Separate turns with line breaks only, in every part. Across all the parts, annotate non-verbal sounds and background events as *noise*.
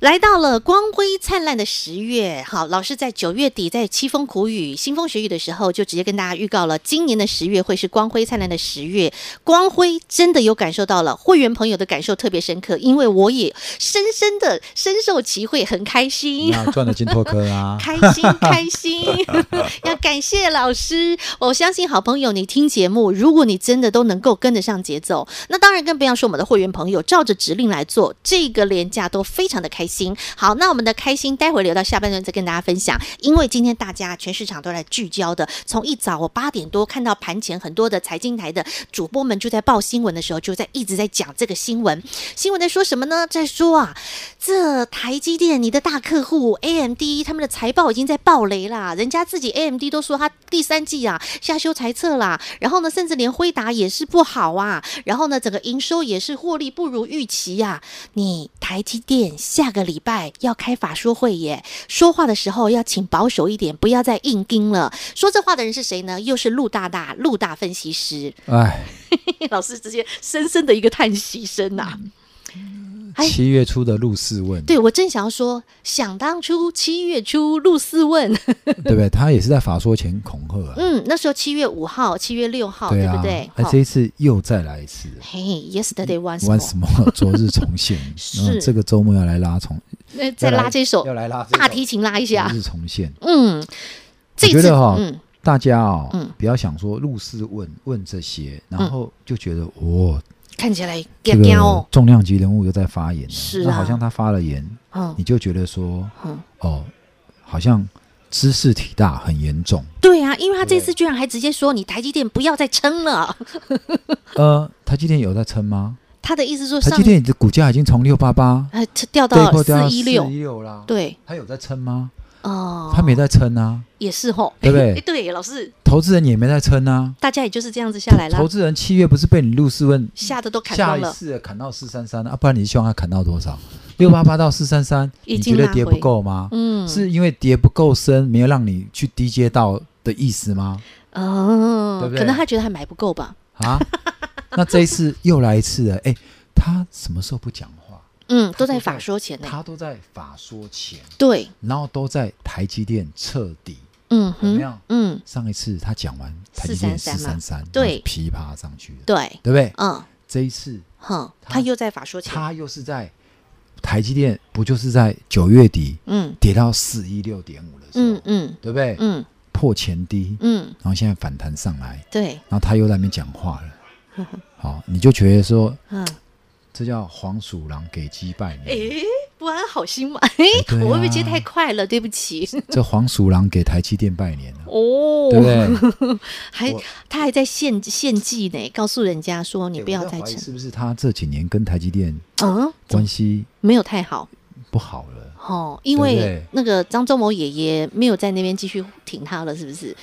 来到了光辉灿烂的十月，好，老师在九月底在凄风苦雨、腥风血雨的时候，就直接跟大家预告了，今年的十月会是光辉灿烂的十月。光辉真的有感受到了，会员朋友的感受特别深刻，因为我也深深的深受其惠，很开心。
那赚了金拓
*laughs*
科啊，
开心开心， *laughs* 要感谢老师。我相信好朋友，你听节目，如果你真的都能够跟得上节奏，那当然更不要说我们的会员朋友照着指令来做，这个廉价都非常的开心。好，那我们的开心待会留到下半段再跟大家分享，因为今天大家全市场都来聚焦的，从一早我八点多看到盘前很多的财经台的主播们就在报新闻的时候，就在一直在讲这个新闻，新闻在说什么呢？在说啊，这台积电你的大客户哎 AMD 他们的财报已经在爆雷啦，人家自己 AMD 都说它第三季啊下修财测啦，然后呢，甚至连辉达也是不好啊，然后呢，整个营收也是获利不如预期呀、你台积电下个礼拜要开法说会耶，说话的时候要请保守一点，不要再硬盯了。说这话的人是谁呢？又是陆大大，陆大分析师。
哎，
*laughs* 老师直接深深的一个叹息声啊呐、哎
七月初的陆四问，
对我正想要说，想当初七月初陆四问，
对不对？他也是在法说前恐吓啊，
嗯，那时候七月五号、七月六号，
啊
不对，？
哎，
好
这一次又再来一次
嘿，Yesterday once
，once
more，
more，昨日
*laughs*
重现，
是
嗯这个周末要来拉重，
那再拉这首
要来拉这首
大提琴拉一下
昨，日重现。
嗯，这一
我觉
次，
得哈
嗯，
大家哦
嗯，
不要想说陆四问问这些，然后就觉得哦，
看起来
这
干干
个
哦，
重量级人物又在发言了，
是
那
啊
好像他发了言，
嗯
你就觉得说
嗯，
哦，好像知识体大很严重。
对啊，因为他这
对
次居然还直接说你台积电不要再撑了，
呃，台积电有在撑吗？
他的意思说
台
上
积电的股价已经从六八八
呃掉
这一
到
波掉
四
到
一
四
六，
一六啦，，
对，
它有在撑吗？
哦，
它没在撑啊，
也是吼，
对不对
哎 *laughs* 对，老师，
投资人也没在撑啊。
大家也就是这样子下来啦
投，资人七月不是被你入市问
吓得都砍
下
光
一
了，
次砍到四三三啊，不然你希望它砍到多少？六八八到四三三，
已
你
经
觉得
拉
跌
回
不够吗？
嗯，
是因为跌不够深，没有让你去低接到的意思吗？
哦，
对不对
可能他觉得还买不够吧， *laughs*
啊，那这一次又来一次了，哎，他什么时候不讲话？
嗯，都
都
在
在
法说前呢、
他都在法说前，
对，
然后都在台积电彻底。
嗯
怎么
哼，
样？
嗯，
上一次他讲完台积电四
433嘛
三三，
对
噼啪上去了，
对，
对不对？
嗯
这一次
哼，
他
他又在法说前，
他又是在台积电，不就是在九月底
嗯
跌到四一六点五的时候，
嗯嗯
对不对？
嗯
破前低，
嗯，
然后现在反弹上来，
对，
然后他又在那边讲话
*laughs*
了。好，你就觉得说
嗯，
这叫黄鼠狼给鸡拜年，
诶，不安好心嘛，
哎对啊
我会不会接太快了？对不起，
这黄鼠狼给台积电拜年了，
哦
对不对？
还
我
他还在献献祭呢，告诉人家说 *laughs* 你不要
我
再
在怀疑
撑，
是不是他这几年跟台积电
嗯，
关系
没有太好
不好了？
哦，因
对不
为
对
那个张忠谋爷爷没有在那边继续挺他了，是不
哦
是？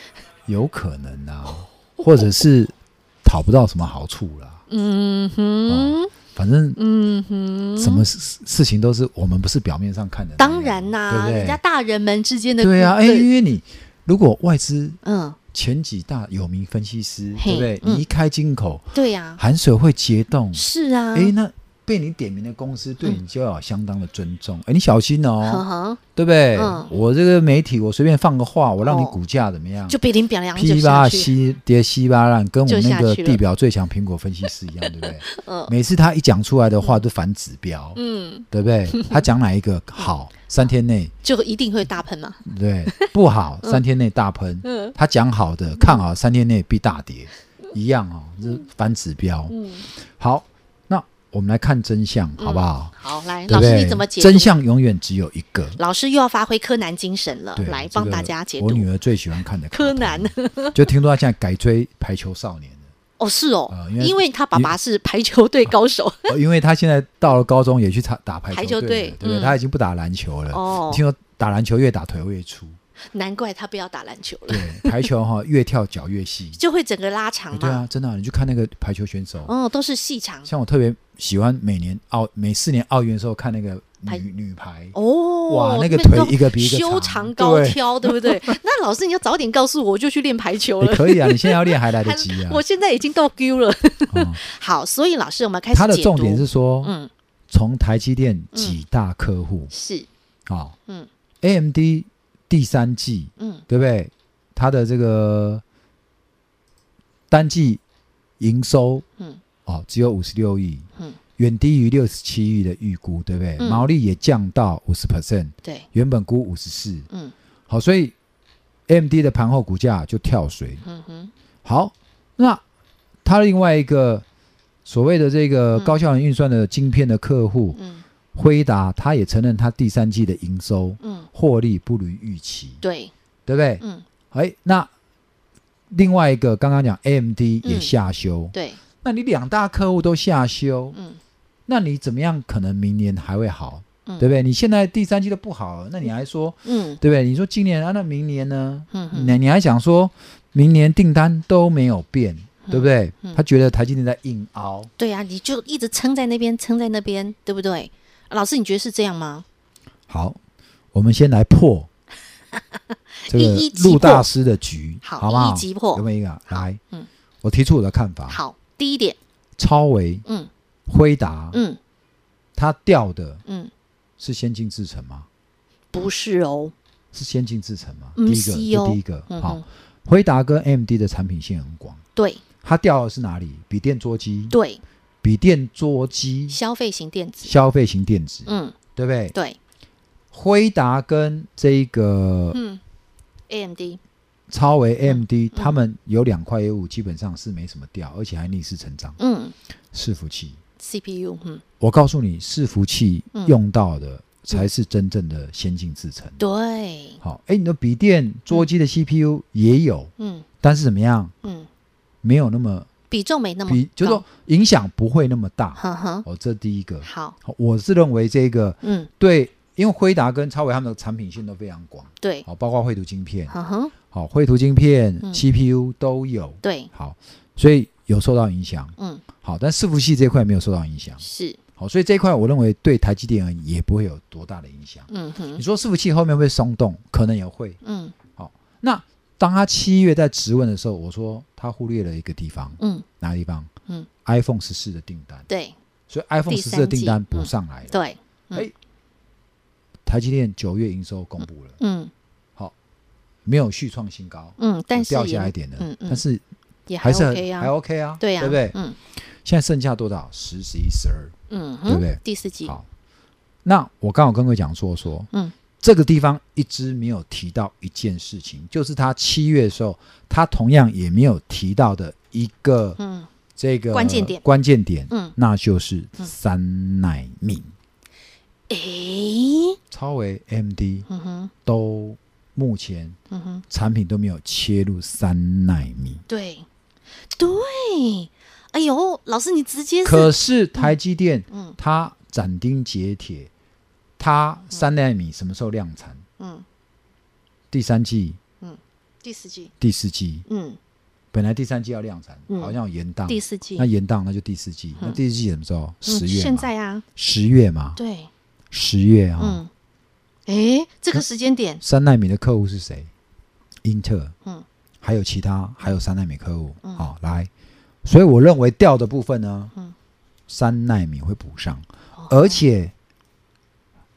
有可能啊， *laughs* 或者是讨不到什么好处啦。啊
嗯哼，
反正
嗯哼，
什么事事情都是我们不是表面上看的那样，
当然啦、
对不对
人家大人们之间的
对啊，哎，
对
因为你如果外资
嗯，
前几大有名分析师，
嘿
对不对？
嗯
你一开金口，
对啊呀、
含水会结冻，
是啊，
哎，那被你点名的公司对你就要有相当的尊重，哎，你小心
嗯呵
哦，
呵，
对不对
嗯？
我这个媒体，我随便放个话，我让你
哦
股价怎么样？
就被林表扬就
噼
下
啪
去，
稀跌稀巴烂，跟
就
我
下
那个
去了
地表最强苹果分析师一样，对不对？
*laughs* 嗯
每次他一讲出来的话都反指标，
嗯，
对
*laughs*
不对？他讲哪一个好，三天内
就一定会大喷嘛，
对
*laughs*
不好，三天内大喷。
嗯
他讲好的，看好三天内必大跌，一样哦，这反指标。
嗯，
好，那我们来看真相，好不好？
好，来，
对
嗯老
不
师
对？
你怎么解读？
真相永远只有一个。
老师又要发挥柯南精神了
对，，
来
这
帮
个
大家解
我
读
女儿最喜欢看的卡
柯
通
南。 *laughs*
*laughs* 就听说她现在改追排球少年了。
哦，是哦，
呃因
因
为
他爸爸是排球队高手，
*laughs*
*laughs*
哦，因为他现在到了高中也去打打排
排球
球
队
队了，对不对？
嗯
他已经不打篮球了，
哦
听说打篮球越打腿越粗，
难怪他不要打篮球了，
对，排球哈、越跳脚越细。
就会整个拉长
对
嘛。
啊，真的啊、你去看那个排球选手，
哦，都是细长
像我特别喜欢每年奥每四年奥运的时候看那个
排
女女排，
哦，
哇，那个
边
腿
都
一个比一个
修长高
对
挑，对不对？
*laughs*
那老师，你要早点告诉我，我就去练排球
也
了。
可
*laughs*
以啊，你现在要练还来得及啊。
我现在已经到 Q 了。
嗯
*laughs* 好，所以老师，我们开始
他的
解
重
读
点是说，
嗯，
从台积电几大客户
是，
啊，
嗯
a m d 第三季
嗯，
对不对？它的这个单季营收，
嗯
哦，只有五十六亿，
嗯
远低于六十七亿的预估，对不对？
嗯
毛利也降到五十 percent，
对，
原本估五十四，
嗯
好，所以 AMD 的盘后股价就跳水。
嗯哼，
好，那它另外一个所谓的这个
嗯
高效能运算的晶片的客户，
嗯
辉达，他也承认他第三季的营收
嗯，
获利不如预期，
对，
对不对？
嗯
哎，那另外一个刚刚讲 AMD
嗯
也下修，
对，
那你两大客户都下修，
嗯
那你怎么样可能明年还会好？
嗯
对不对？你现在第三季都不好，那你还说，
嗯
对不对？你说今年啊，那明年呢？
嗯
那
哼，
你还想说明年订单都没有变，对不对
嗯？
他觉得台积电在硬凹，
对呀、你就一直撑在那边，撑在那边，对不对？老师，你觉得是这样吗？
好，我们先来
*laughs*
破这个
一一击破
陆大师的局，
好
不好？
一一击破
有没有一个来？
嗯
我提出我的看法。，
好，第一点，
超维、
嗯
辉达，
嗯
它掉的
嗯，
是先进制程吗？
不是哦，是
是先进制程吗？
嗯
第一个，
是
这
哦
第一个。
嗯
好
哼，，
辉达跟 AMD 的产品线很广，
对
它掉的是哪里？笔电桌机，
对，
笔电桌机，
消费型电子，
消费型电子，
嗯
对不对？
对，
辉达跟这个
嗯，AMD，
超维 AMD，
嗯
他们有两块业务基本上是没什么掉，而且还逆势成长。
嗯
伺服器，
，CPU，嗯，
我告诉你，伺服器
嗯
用到的才是真正的先进制程。
对，
好，哎，你的笔电、桌机的 CPU 也有，
嗯
但是怎么样，
嗯，
没有那么
比重没那么
比，就是
高
说，影响不会那么大。
呵呵，
哦，这第一个，
好，
好我是认为这个
嗯，
对，因为辉达跟超维他们的产品线都非常广，
对，
好，包括绘图晶片，
呵呵，
好，绘图晶片、
嗯
CPU 都有，
对，
好，所以有受到影响。
嗯，
好，但伺服器这块没有受到影响。
是，
好，所以这一块我认为对台积电而言也不会有多大的影响。
嗯
你
哼，
说伺服器后面会松动，可能也会。
嗯
那当他七月在质问的时候，我说他忽略了一个地方，
嗯，
哪个地方？
嗯
，iPhone 十四的订单，
对
所以 iPhone
第
十
三
四的订单
季
补
嗯
上来了。
对，
台积电九月营收公布了，
嗯
没有续创新高，
嗯，但是
掉
也
下来一点了，
嗯嗯
但是
也还
还是很
OK
还
啊，
OK 啊，
对呀，
对不对？
嗯
现在剩下多少？十、十一、十二。
嗯哼，
对不对
第四季，
好，那我刚好跟各位讲说说，
嗯，
这个地方一直没有提到一件事情，就是他七月的时候，他同样也没有提到的一个
嗯
这个
关键点
关键点，
嗯，
那就是三奈米，
诶，
超微 MD
嗯哼，
都目前
嗯哼，
产品都没有切入三奈米，
对对，哎呦，老师你直接
可
是，
是台积电
嗯
它斩钉截铁，它三奈米什么时候量产？
嗯，
第三季、
第四季，
第四季。
嗯，
本来第三季要量产，
嗯
好像有延档。
第四季
那，延档那就第四季，
嗯
那第四季什么时候？十月嘛。
现在啊，
十月嘛，
对，
十月啊、
嗯，诶，这个时间点，
三纳米的客户是谁？英特尔。
嗯。
还有其他，还有三纳米客户。好、
嗯
来，所以我认为掉的部分呢，
嗯
三纳米会补上，
哦
而且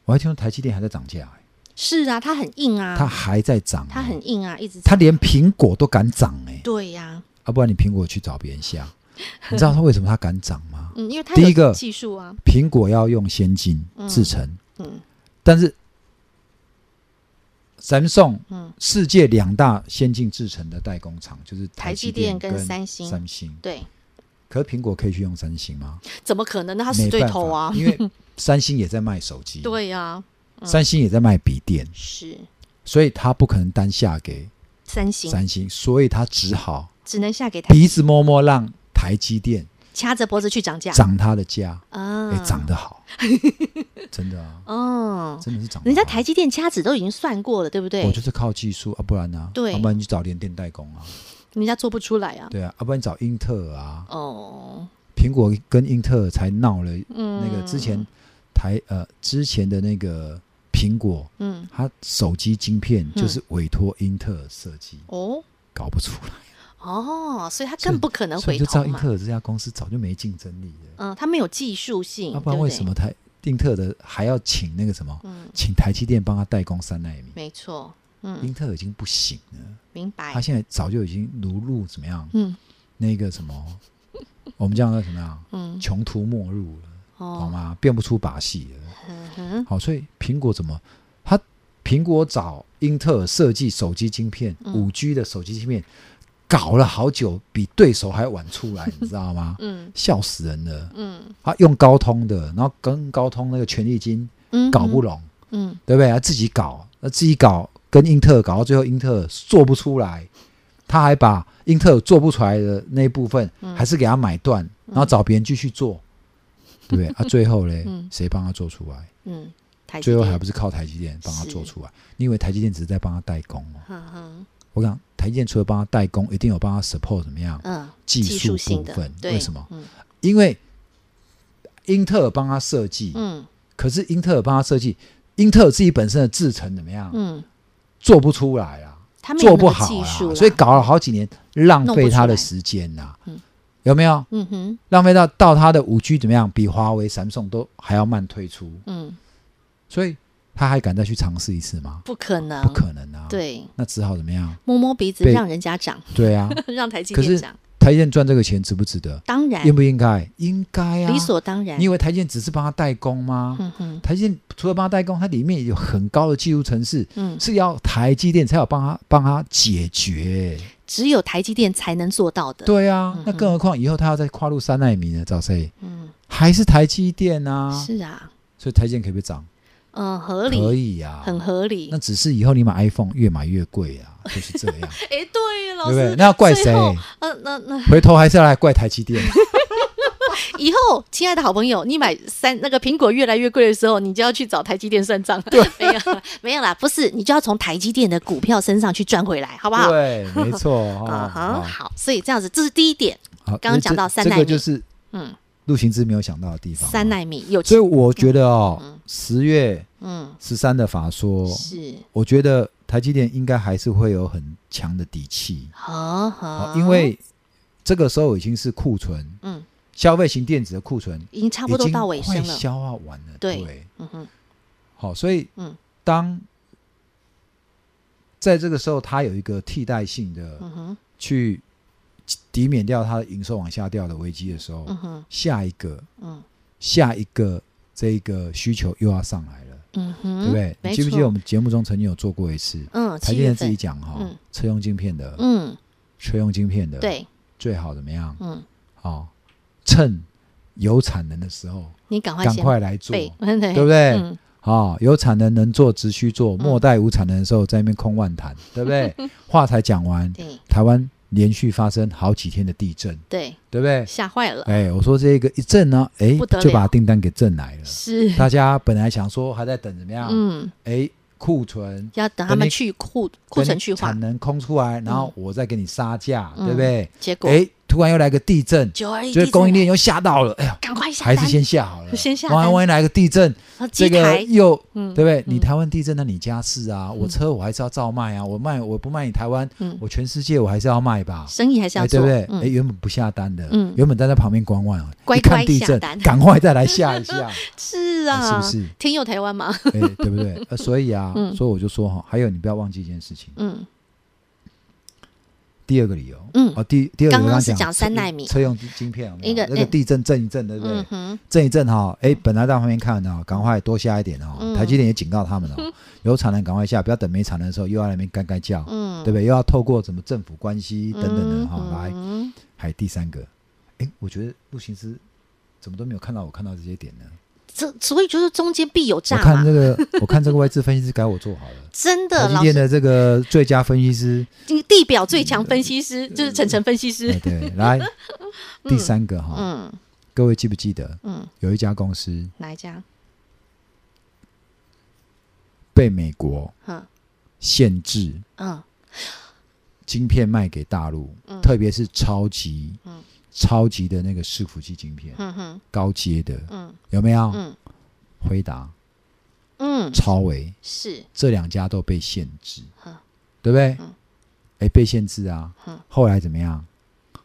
我还听说台积电还在涨价、欸
是啊，它很硬啊，
它还在涨、欸
它很硬啊，一直
它连苹果都敢涨哎、欸
对呀，
啊，不然你苹果去找别人
*laughs*
下，你知道它为什么它敢涨吗？
嗯，因为它
第一
有
个
技术啊，
苹果要用先进制成，
嗯
但是 Samsung
嗯，
世界两大先进制成的代工厂就是
台积
积
电跟
跟
三星
三星，
对，
可是苹果可以去用三星吗？
怎么可能呢？它
没
死对
办
头
法
啊，
因为三星也在卖手
*laughs*
机，，
对嗯呀，
三星也在卖笔电，
是
所以他不可能单下给
三星
三星，所以他只好
只能下给台
鼻子摸摸让台积电
掐着脖子去涨价
涨它的价，
啊
哎，涨
*laughs*
得好，真的啊，
哦，
真的是涨得
人
好。
家台积电掐指都已经算过了，对不
我
对
就？是靠技术啊，不然呢？
对
要不然你去找联电代工啊，
人家做不出来啊。
对啊，要不然你找英特尔啊，
哦，
苹果跟英特尔才闹了
嗯，
那个之前台呃之前的那个苹果，
嗯，
它手机晶片就是委托英特尔设计，
哦
搞不出来，
哦，所以他
所以
更不可能
所以
回
就知道
头
英
嘛。
特尔这家公司早就没竞争力了，
嗯，他没有技术性，对
要、啊不
嗯
然
对
为什么台英特尔的还要请那个什么，
嗯，
请台积电帮他代工三纳米？
没错，嗯，
英特尔已经不行了，
明白
他。现在早就已经如入怎么样？
嗯
那个什么，我们这样叫什么样？
嗯，
穷途末路了，好
哦，
吗？变不出把戏了。
嗯哼，
好，所以苹果怎么？它苹果找英特尔设计手机晶片，
嗯
五 G 的手机晶片，搞了好久，比对手还晚出
*laughs*
来，你知道吗？
嗯
笑死人了！
嗯
他用高通的，然后跟高通那个权利金
嗯，
搞不
懂，
拢，
嗯，
对不对？他自己搞，那自己搞跟英特尔搞到最后，英特尔做不出来，他还把英特尔做不出来的那一部分，
嗯
还是给他买断，然后找别人继续做，对不对？
*laughs*
啊，最后嘞
嗯，
谁帮他做出来？
嗯，台积
最后
电
还不是靠台积电帮他做
是
出来？你以为台积电只是在帮他代工哦？
嗯哼
我讲台积电除了帮他代工，一定有帮他 support 怎么样？
嗯，
技术
术性
部
的
分，
对，
为什么？
嗯
因为英特尔帮他设计，
嗯
可是英特尔帮他设计，英特尔自己本身的制程怎么样？
嗯，做
做不出来啦，
他没有
做
那
不
个
好
技术啊
啦，
啦
所以搞了好几年，浪
弄不出
费他
来
的时间呐
嗯，
有没有？
嗯哼
浪费到到他的五 G 怎么样？比华为、闪送都还要慢推出，
嗯，
所以他还敢再去尝试一次吗？
不可能，
不可能啊！，
对，
那只好怎么
*laughs*
样？
摸摸鼻子
被
让人家
*laughs*
涨，
对啊，
让台积
可
电
是
涨，
台积电赚这个钱值不值得？
当然
应不应该？应该啊，
哎理所当然
你以，为台积电只是帮他代工吗？
嗯哼
台积电除了帮他代工，它里面有很高的技术层次，
嗯，
是要台积电才有帮他帮他解决。
只有台积电才能做到的，
对啊，
嗯哼
那更何况以后他要再跨入三纳米呢？找谁？
嗯，
还是台积电啊？
是啊，
所以台积电可不可以涨？
嗯，合
可
理，
以啊，
很合理
那，只是以后你买 iPhone 越买越
*laughs*
贵啊，就是这样，
哎，对，
对
老
不对
师？，
那要怪谁
最？后呃，那那
回头还是要来怪台
*laughs*
积电。
以后，亲爱的好朋友，你买三那个苹果越来越贵的时候，你就要去找台积电算账。 *laughs* 对，没有啦没有啦，不是，你就要从台积电的股票身上去赚回来，好不好？
对，没错。
*laughs* 嗯
哦
哼，
好
好，所以这样子，这是第一点，
好，
刚刚讲
这
到三
这
奈
个
米
就是
嗯，
陆行之没有想到的地方。啊
三，纳米有，
所以我觉得哦
嗯，
十月
嗯，
十三的法说，
是，
我觉得台积电应该还是会有很强的底气，
呵呵
哦，因为这个时候已经是库存，
嗯，
消费型电子的库存
已经差
差
不多到尾声了，
消化完了。
对
对，
嗯哼，
好，所以
嗯
当在这个时候，它有一个替代性的
嗯哼，
去抵免掉它的营收往下掉的危机的时候，
嗯哼，
下一个
嗯
下一个这个需求又要上来了，
嗯哼，
对不对？
没
你记不记得我
错，
们节目中曾经有做过一次？
嗯，
台
七
积
月
电自己
份，
讲哈、
嗯
车用晶片的，
嗯，
车用晶片的，，
对，
最好怎么样？
嗯，
哦，趁有产能的时候，
你赶快
赶
先
快来做，
背，
对
*laughs* 对对
不对？
嗯
啊，有产能能做，只需做；莫待无产能的时候，在那边空
*laughs*
万谈，对不对？话才讲完，
对
台湾连续发生好几天的地震，
对，
对不对？
吓坏了，
哎，我说这个一震呢，哎
啊不得，了
就把订单给震来了。
是，
大家本来想说还在等怎么样？
嗯。
哎，库存
要等他
等
们
你
去库库
等
存
你
去化
产，能空出来，然后我再给你杀价，
嗯
对不对？
结果
哎，突然又来个地震，
九二一
所以
地
供应
震啊
链
来
又吓到了，哎呀，
赶快下
还
单，
是先下好了，
先下单
万一万一来个地震，
然后机
这个
台，
又
嗯
对不对？你
嗯
台湾地震那你家事啊，我车我还是要照卖啊，我卖我不卖你台湾，
嗯，
我全世界我还是要卖吧，
生意还是要
哎对
做，
不对？哎，
嗯，
原本不下单的
嗯，
原本站在旁边观望，
乖
一看
乖
地
下
震
单，
赶快再来下一下，
*laughs* 是
哎是
啊，
不是？
天佑台湾嘛，
哎，对不对？呃所以啊，
嗯
所以我就说哈，还有你不要忘记一件事情，
*laughs* 嗯
第二个理由，
嗯
哦，第第二个
刚刚
刚
是讲
讲
三
车
纳米
车用晶片有没有，
一个
那个
嗯
地震震一震，对不对
嗯？哼，
震一震哈，哎，本来在旁边看呢，赶快多下一点哦
嗯。
台积电也警告他
*laughs*
们哦，有产能赶快下，不要等没产能的时候又要在那边干干叫，
嗯，
对不对？又要透过什么政府关系等等的哈。
嗯
来，
嗯
还有第三个，哎，我觉得陆行之怎么都没有看到我看到这些点呢？
这所以就是中间必有
我
诈
看
嘛
这，个，我看这个外资分析师改我做好
*laughs*
了。
真的，
台积
老
电
师，
的这个最佳分
*laughs*
析师，
你地表最强分析师
嗯
就是晨晨分析师
哎，对，来第三个哈，
嗯，
各位记不记得？
嗯，
有一家公司
哪一家？
被美国
嗯
限制
嗯
晶片卖给大陆，
嗯
特别是超级、
嗯
超级的那个伺服器晶片，
嗯哼
高阶的
嗯
有没有？
嗯
回答
嗯，
超维
是
这两家都被限制
嗯，
对不对？哎、
嗯
被限制啊
嗯。
后来怎么样？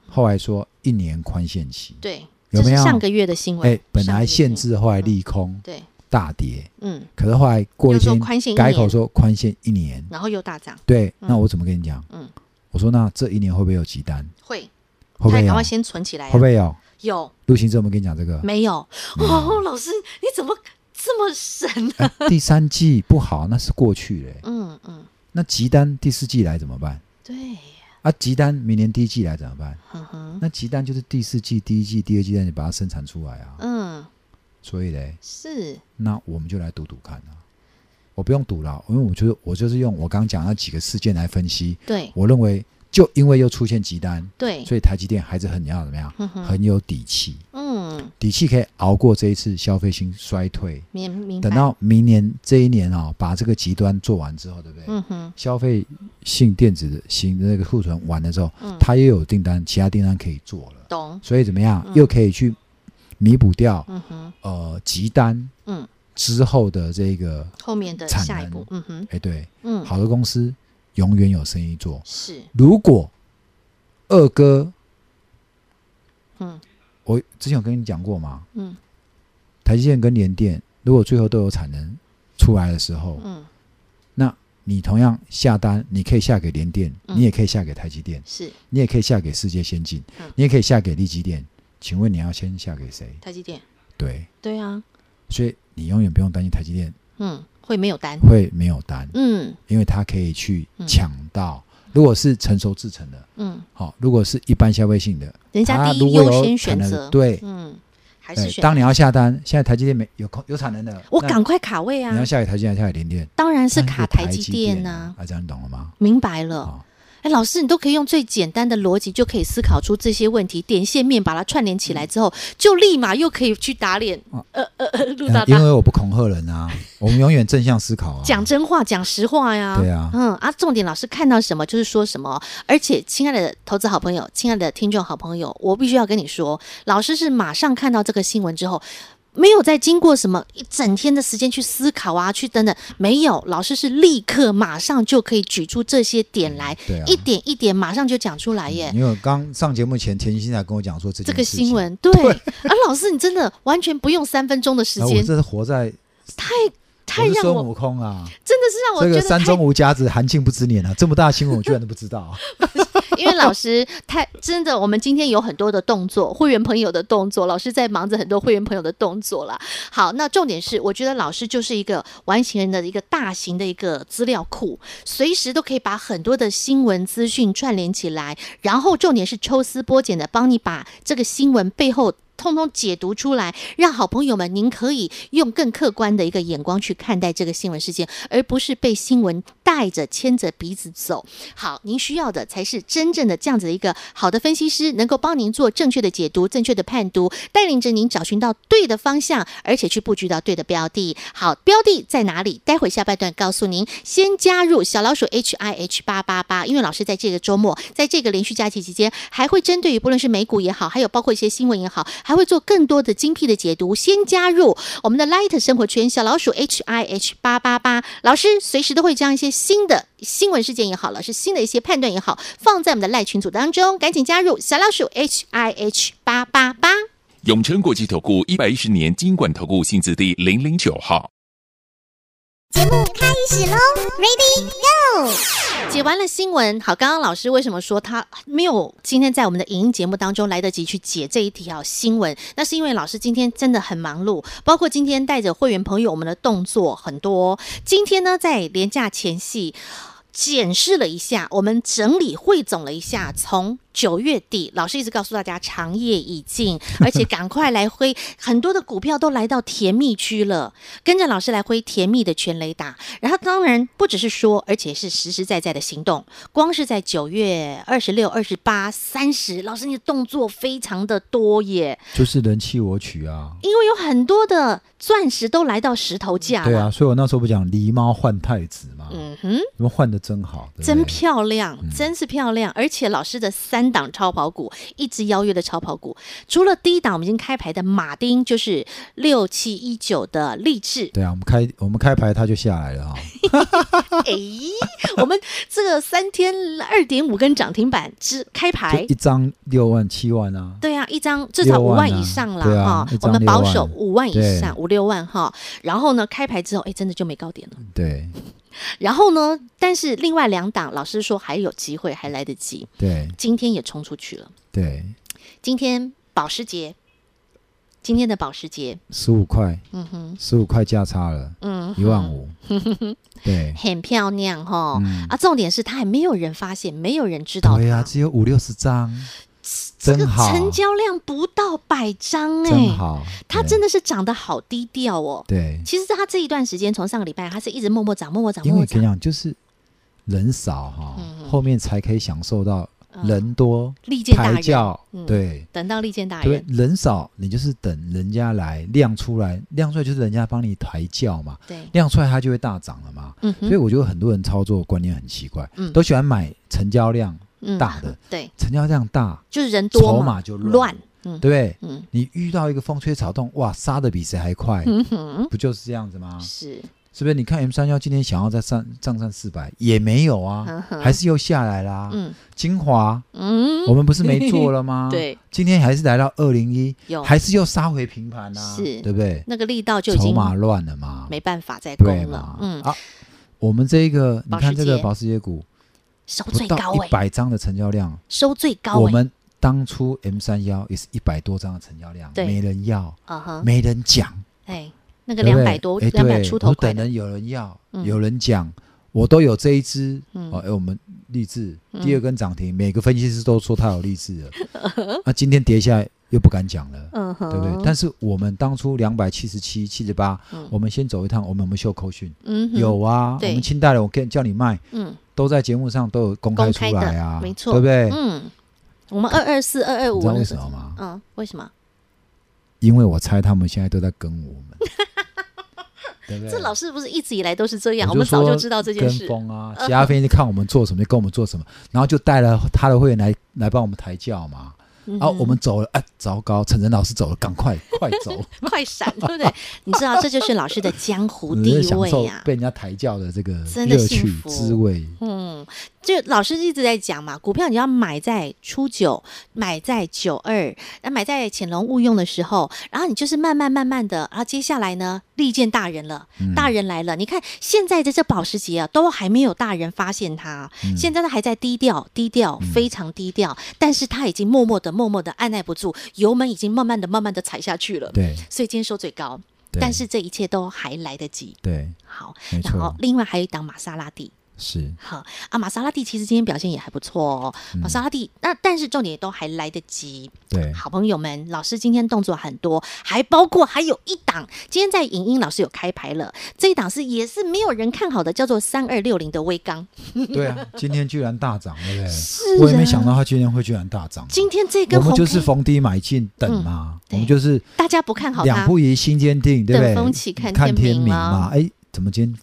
后来说一年宽限期，
对，这
有没
是
有
上个月的新闻
哎，，本
上个
来
月
限
的新
制，后来利空
闻对，
大跌，
嗯，
可是后来过一
又说
天
宽限一
改口
年，
说宽限一年，
然后又大涨，
对，
嗯
那我怎么跟你讲？
嗯
我说那这一年会不会有急单？
会，
会
他
不会有
赶快？先存起来啊，
会不会有？
有
陆行之有没有跟你讲这个？
没有？
没有
哦，老师你怎么这么神呢？
哎第三季不好，那是过去嘞。
嗯嗯，
那急单第四季来怎么办？
对，
啊，急单明年第一季来怎么办？
嗯哼，
那急单就是第四季、第一季、第二季，让你把它生产出来啊。
嗯
所以嘞，
是，
那我们就来赌赌看啊。我不用赌了，因为我觉得我就是用我刚刚讲那几个事件来分析。
对
我认为，就因为又出现急单，
对，
所以台积电还是很要怎么样，
嗯哼，
啊很有底气，
嗯，
底气可以熬过这一次消费性衰退。
明明白，
等到明年这一年啊、把这个极端做完之后，对不对？
嗯哼，
消费性电子的新的那个库存完的时候，
嗯
它又有订单，其他订单可以做了，
懂，
所以怎么样，
嗯
又可以去弥补掉
嗯哼，
呃急单
嗯
之后的这个，
后面的
产
下一
能
步，嗯哼，
哎，对，
嗯，
好的公司永远有生意做。
是，
如果二哥，
嗯
我之前有跟你讲过嘛，
嗯
台积电跟联电如果最后都有产能出来的时候，
嗯，
你同样下单，你可以下给联电，
嗯
你也可以下给台积电。
是
你也可以下给世界先进，
嗯
你也可以下给利基店。请问你要先下给谁？
台积电，
对，
对啊，
所以你永远不用担心台积电
嗯，会没有单，
会没有单，
嗯
因为它可以去抢到。如果是成熟制成的，
嗯，
好、如果是一般消费性的，
人家
它
第
如
一
果
优
有
先
产
选
能
择，
对，
嗯，还是
对，
选，
当你要下单，现在台积电没有空有产能的，
我
那
赶快卡位啊
你要，下给台积电，下给联电，
当然是
那就
卡台积电
啊
呐，，
啊，这样你懂了吗？
明白了。
啊，
哎，老师，你都可以用最简单的逻辑就可以思考出这些问题，点线面把它串联起来之后，就立马又可以去打脸，
啊
呃呃呃，陆
呃
大
因
大
为我不恐吓人啊，我们永远正向思考啊，
讲真话，讲实话呀。
对啊
嗯啊，重点老师看到什么就是说什么，而且亲爱的投资好朋友，亲爱的听众好朋友，我必须要跟你说，老师是马上看到这个新闻之后。没有再经过什么一整天的时间去思考啊，去等等，没有，老师是立刻马上就可以举出这些点来，
对啊，
一点一点马上就讲出来耶。
因为我刚上节目前，甜心才跟我讲说这
这
件
个
事
新
情
闻，对啊，老师，你真的完全不用三分钟的时
啊，我
间，
这是活在
太
我是
让
孙
我
悟空啊！
真的是让我
这
觉
个
得太，
山中无甲子，寒尽不知年啊！这么大的新闻我居然都不
*laughs*
知道，啊
因为老师太真的，我们今天有很多的动作，会员朋友的动作，老师在忙着很多会员朋友的动作啦。好，那重点是，我觉得老师就是一个完形人的一个大型的一个资料库，随时都可以把很多的新闻资讯串联起来，然后重点是抽丝剥茧的帮你把这个新闻背后。通通解读出来，让好朋友们，您可以用更客观的一个眼光去看待这个新闻事件，而不是被新闻带着牵着鼻子走。好，您需要的才是真正的这样子的一个好的分析师，能够帮您做正确的解读、正确的判读，带领着您找寻到对的方向，而且去布局到对的标的。好，标的在哪里？待会下半段告诉您。先加入小老鼠 H I H 八八八，因为老师在这个周末，在这个连续假期期间，还会针对于不论是美股也好，还有包括一些新闻也好，还会做更多的精辟的解读。先加入我们的 Light 生活圈小老鼠 H I H 八八八，老师随时都会将一些新的新闻事件也好，老师新的一些判断也好，放在我们的赖群组当中，赶紧加入小老鼠 H I H 八八八。
永诚国际投顾一百一十年金管投顾性质第零零九号。
解完了新闻，好，刚刚老师为什么说他没有今天在我们的影音节目当中来得及去解这一条新闻？那是因为老师今天真的很忙碌，包括今天带着会员朋友，我们的动作很多。今天呢，在廉价前夕。检视了一下，我们整理汇总了一下，从九月底，老师一直告诉大家长夜已尽，而且赶快来挥，很多的股票都来到甜蜜区了，跟着老师来挥甜蜜的全雷打。然后当然不只是说，而且是实实在在的行动。光是在九月二十六、二十八、三十，老师你的动作非常的多耶，
就是人弃我取
*laughs*
啊。
因为有很多的钻石都来到石头价
对
了。
啊，所以我那时候不讲狸猫换太子嘛，
嗯哼，
你们换的真好，对不对嗯
真漂亮，真是漂亮！而且老师的三档超跑股一直邀约的超跑股，除了第一档我们已经开牌的马丁，就是六七一九的励志。
*laughs* 对啊，我们开我们开牌它就下来了啊、
哎，我们这个三天二点五根涨停板之开
就
牌
一。张六万七万啊，
对啊，一张至少五万
六万啊
以上啦
对啊
哈
一，
我
张
们保
六万
守五万以
对
上，五六万哈。然后呢，开牌之后，哎，真的就没高点了。
对
然后呢，但是另外两档老师说还有机会，还来得及。
对
今天也冲出去了。
对，
今天保时捷，今天的保时捷，
十五块，
嗯哼，
十五块价差了，
嗯，
一万
*laughs*
五，对
很漂亮哈、
嗯
啊，重点是它还没有人发现，没有人知道它。
对呀、只有五六十张，
这个
真好
成交量不到百张哎、
真好，
它真
的
的是涨得好低调哦。
对，
其实它这一段时间，从上个礼拜，它是一直默默涨，默默涨，
因
默
为
默
我
涨
跟你，讲，就是人少哈、
嗯
后面才可以享受到人多、
利剑大
抬
人，
轿，
嗯
对。
等到利剑大
对
人，，
人少，你就是等人家来亮出来，亮出来就是人家帮你抬轿嘛，
对，
亮出来它就会大涨了嘛。
嗯
所以
哼，
我觉得很多人操作观念很奇怪，
嗯
都喜欢买成交量
嗯
大的，
对，
成交量大，
就是人多
筹
嘛，
码就
乱
乱，，
嗯
对不对？
嗯
你遇到一个风吹草动，哇，杀的比谁还快，
嗯哼，
不就是这样子吗？
是，
是不是？你看 M 三幺今天想要再上上上四百，也没有啊，
嗯哼
还是又下来啦。
嗯
精华
嗯，
我们不是没做了吗？，
*laughs* 对，
今天还是来到二零一
有，
还是又杀回平盘啊，
是
对不对？
那个力道就已
筹
经
码乱了嘛，
没办法再
对
攻了
嘛。？
嗯，
啊，我们这一个，你
保时
看这个
捷
保时捷股
收
不
最
到
高哎、
一百张的成交量，
收最高
我
哎、
们当初 M 三幺也是一百多张的成交量，
对
没人要，
啊哈，
没人讲。
哎，那个
对不
两
对
百多，
哎
两百
对
出
我
头
说
块
等
的，
人有人要，
嗯
有人讲，我都有这一支。
嗯
哦，哎，我们励志第二根涨停，每个分析师都说他有励志了，那今天跌下来又不敢讲了。
嗯哼，
对不对？但是我们当初两百七十七、七十八
嗯，
我们先走一趟，我们有没有秀扣讯？
嗯哼，
有啊，我
对
们清代的，我跟叫你卖，
嗯
都在节目上都有公开
公
出
开的
来啊，
没错
对不对？
嗯，我们二二四二二
你
五
知道为什么？吗？
嗯，为什么？
因为我猜他们现在都在跟我
*laughs*
们，对不对？
这老师不是一直以来都是这样，
我
我们早
说
就知道这件事
跟。风啊，其他飞机看我们做什么就跟我们做什么，然后就带了他的会员来来帮我们抬轿嘛。
嗯
啊，我们走了，哎，糟糕，陈晨老师走了，赶快快
*laughs*
走，
快闪，对不对？你知道这就是老师的江湖
你
地
在享
位啊
受
呀、
被人家抬轿的这个
真的
乐
幸
趣
福
滋味。
嗯，就老师一直在讲嘛，股票你要买在初九，买在九二，那买在潜龙勿用的时候，然后你就是慢慢慢慢的，然后接下来呢，利见大人了，
嗯
大人来了。你看现在的这保时捷啊，都还没有大人发现它，
嗯
现在它还在低调，低调，非常低调，但是它已经默默的、默默的按耐不住，油门已经慢慢的、慢慢的踩下去了。
对，
所以今天收最高，
对
但是这一切都还来得及。
对，
好，
没
然后
错，
另外还有一档玛莎拉蒂。
是
好啊，玛莎拉蒂其实今天表现也还不错哦。玛莎拉蒂，那但是重点都还来得及。
嗯对，
好朋友们，老师今天动作很多，还包括还有一档，今天在影音老师有开牌了，这一档是也是没有人看好的，叫做三二六零的微钢。
对啊，今天居然大涨，对不对？
是啊
我也没想到他今天会居然大涨。啊
今天这
我
根红
们
K，
就是逢低买进等嘛，
嗯对
我们就是
大家不看好
两
它，
不疑心坚定，对不对？
等风起看
看
天
天
明
明
嘛
嘛，哎，怎么今天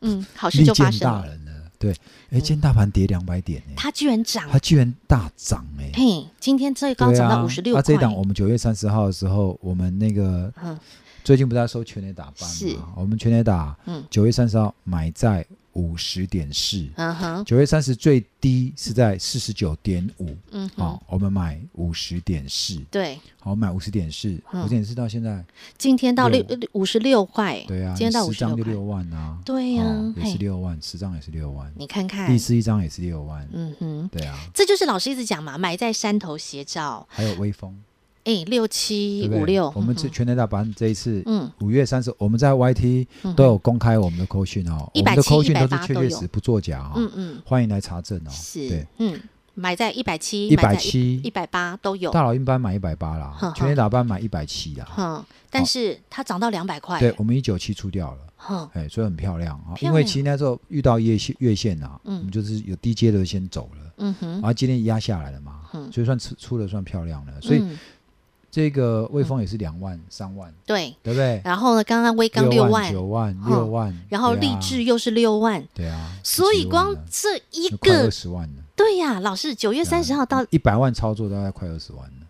嗯，好事
利
就发
见
生
大
了，嗯
人了，对，哎，今天大盘跌两百点，哎，
它居然涨，
它居然大涨，哎，
嘿，今天最高
对
涨
啊，
到五十六块。
啊，这一档我们九月三十号的时候，我们那个
嗯
最近不是在收全垒打班
是
嘛，我们全垒打
嗯，
九月三十号买在五十点四，
嗯哼，
九月三十最低是在四十九点五，啊
嗯哼，
好，我们买五十点四，
对，
好，我们买五十点四，
嗯
五十点四到现在，
今天到六
六
五十六块，
对啊，
今天到五
十
十
张
六
就
块
六，万啊，
对呀、
哦也
嘿
是六万，十张也是六万，
你看看
第，四一张也是六万，
嗯哼，
对啊，
这就是老师一直讲嘛，买在山头斜照，
还有微风，
哎，六
对
七
不对
五六，
我们
嗯
这全台大班这一次，
嗯
五月三十，我们在 YT
嗯
都有公开我们的扣讯哦，我们的
170
扣讯都
180
是确
都有
确实不作假
嗯
哦，
嗯，
欢迎来查证哦。
是
对，，
嗯，买在一百七，
170
一百八都有，
大老鹰班买一百八
哼
啦
哼，
全台大班买一百七啦。
哼，但是它涨到两百块，
对，，我们一九七出掉了。
哼，
哎，所以很漂亮啊，
哦漂
因为
亮
其实那时候遇到月线月线啊，
嗯
我们就是有低阶的先走了，
嗯
然
哼，
后今天压下来了嘛，
嗯
所以算出出的算漂亮了，所以
嗯
这个微风也是两万三万，
对，
对不对？
然后呢，刚刚威刚六
万
万，
九万
哼
六万，
然后
对
励
啊
志又是六万，
对啊，
所以光
十
这一
几万了快二
个，
十嗯万了，啊
对呀，老师，九月三十号到
一百万操作大概快二十万了，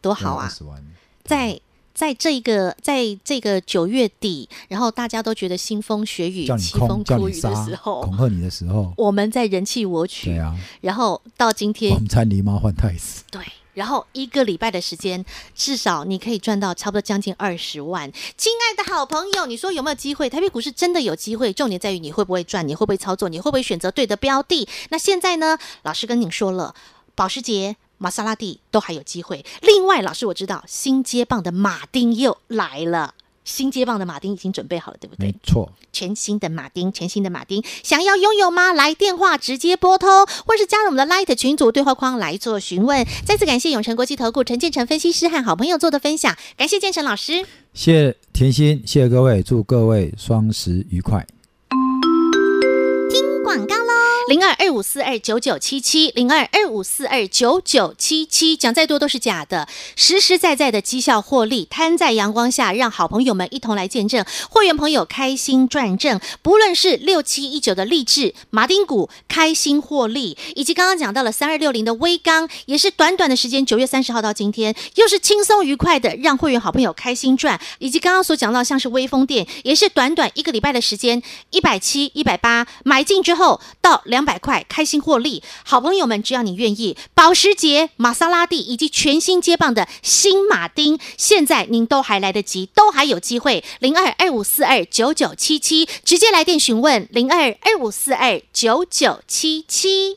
多好
二
啊，
十万，
在。在这个在这个九月底，然后大家都觉得腥风血雨、
叫你
凄风
空，叫
苦
你
雨的
杀
时，候，
恐吓你的时候，
我们在人气我
对
取，
啊，
然后到今天
王餐狸猫换太子，
对，然后一个礼拜的时间，至少你可以赚到差不多将近二十万。亲爱的好朋友，你说有没有机会？台北股市真的有机会，重点在于你会不会赚，你会不会操作，你会不会选择对的标的。那现在呢，老师跟你说了，保时捷。玛莎拉蒂都还有机会。另外，老师我知道新接棒的马丁又来了，新接棒的马丁已经准备好了，对不对
没？错，
全新的马丁，全新的马丁，想要拥有吗？来电话直接拨通，或是加入我们的 Light 群组对话框来做询问。再次感谢永诚国际投顾陈建成分析师和好朋友做的分享，感谢建成老师。
谢谢甜心，谢谢各位，祝各位双十愉快。
广告喽，零二二五四二九九七七，零二二五四二九九七七，讲再多都是假的，实实在在的绩效获利，摊在阳光下，让好朋友们一同来见证，会员朋友开心赚正，不论是六七一九的励志、马丁股开心获利，以及刚刚讲到了三二六零的微刚，也是短短的时间，九月三十号到今天，又是轻松愉快的，让会员好朋友开心赚，以及刚刚所讲到像是微风电，也是短短一个礼拜的时间，一百七、一百八买进之后到两百块，开心获利。好朋友们，只要你愿意，保时捷、玛莎拉蒂以及全新接棒的新马丁，现在您都还来得及，都还有机会。零二二五四二九九七七，直接来电询问零二二五四二九九七七。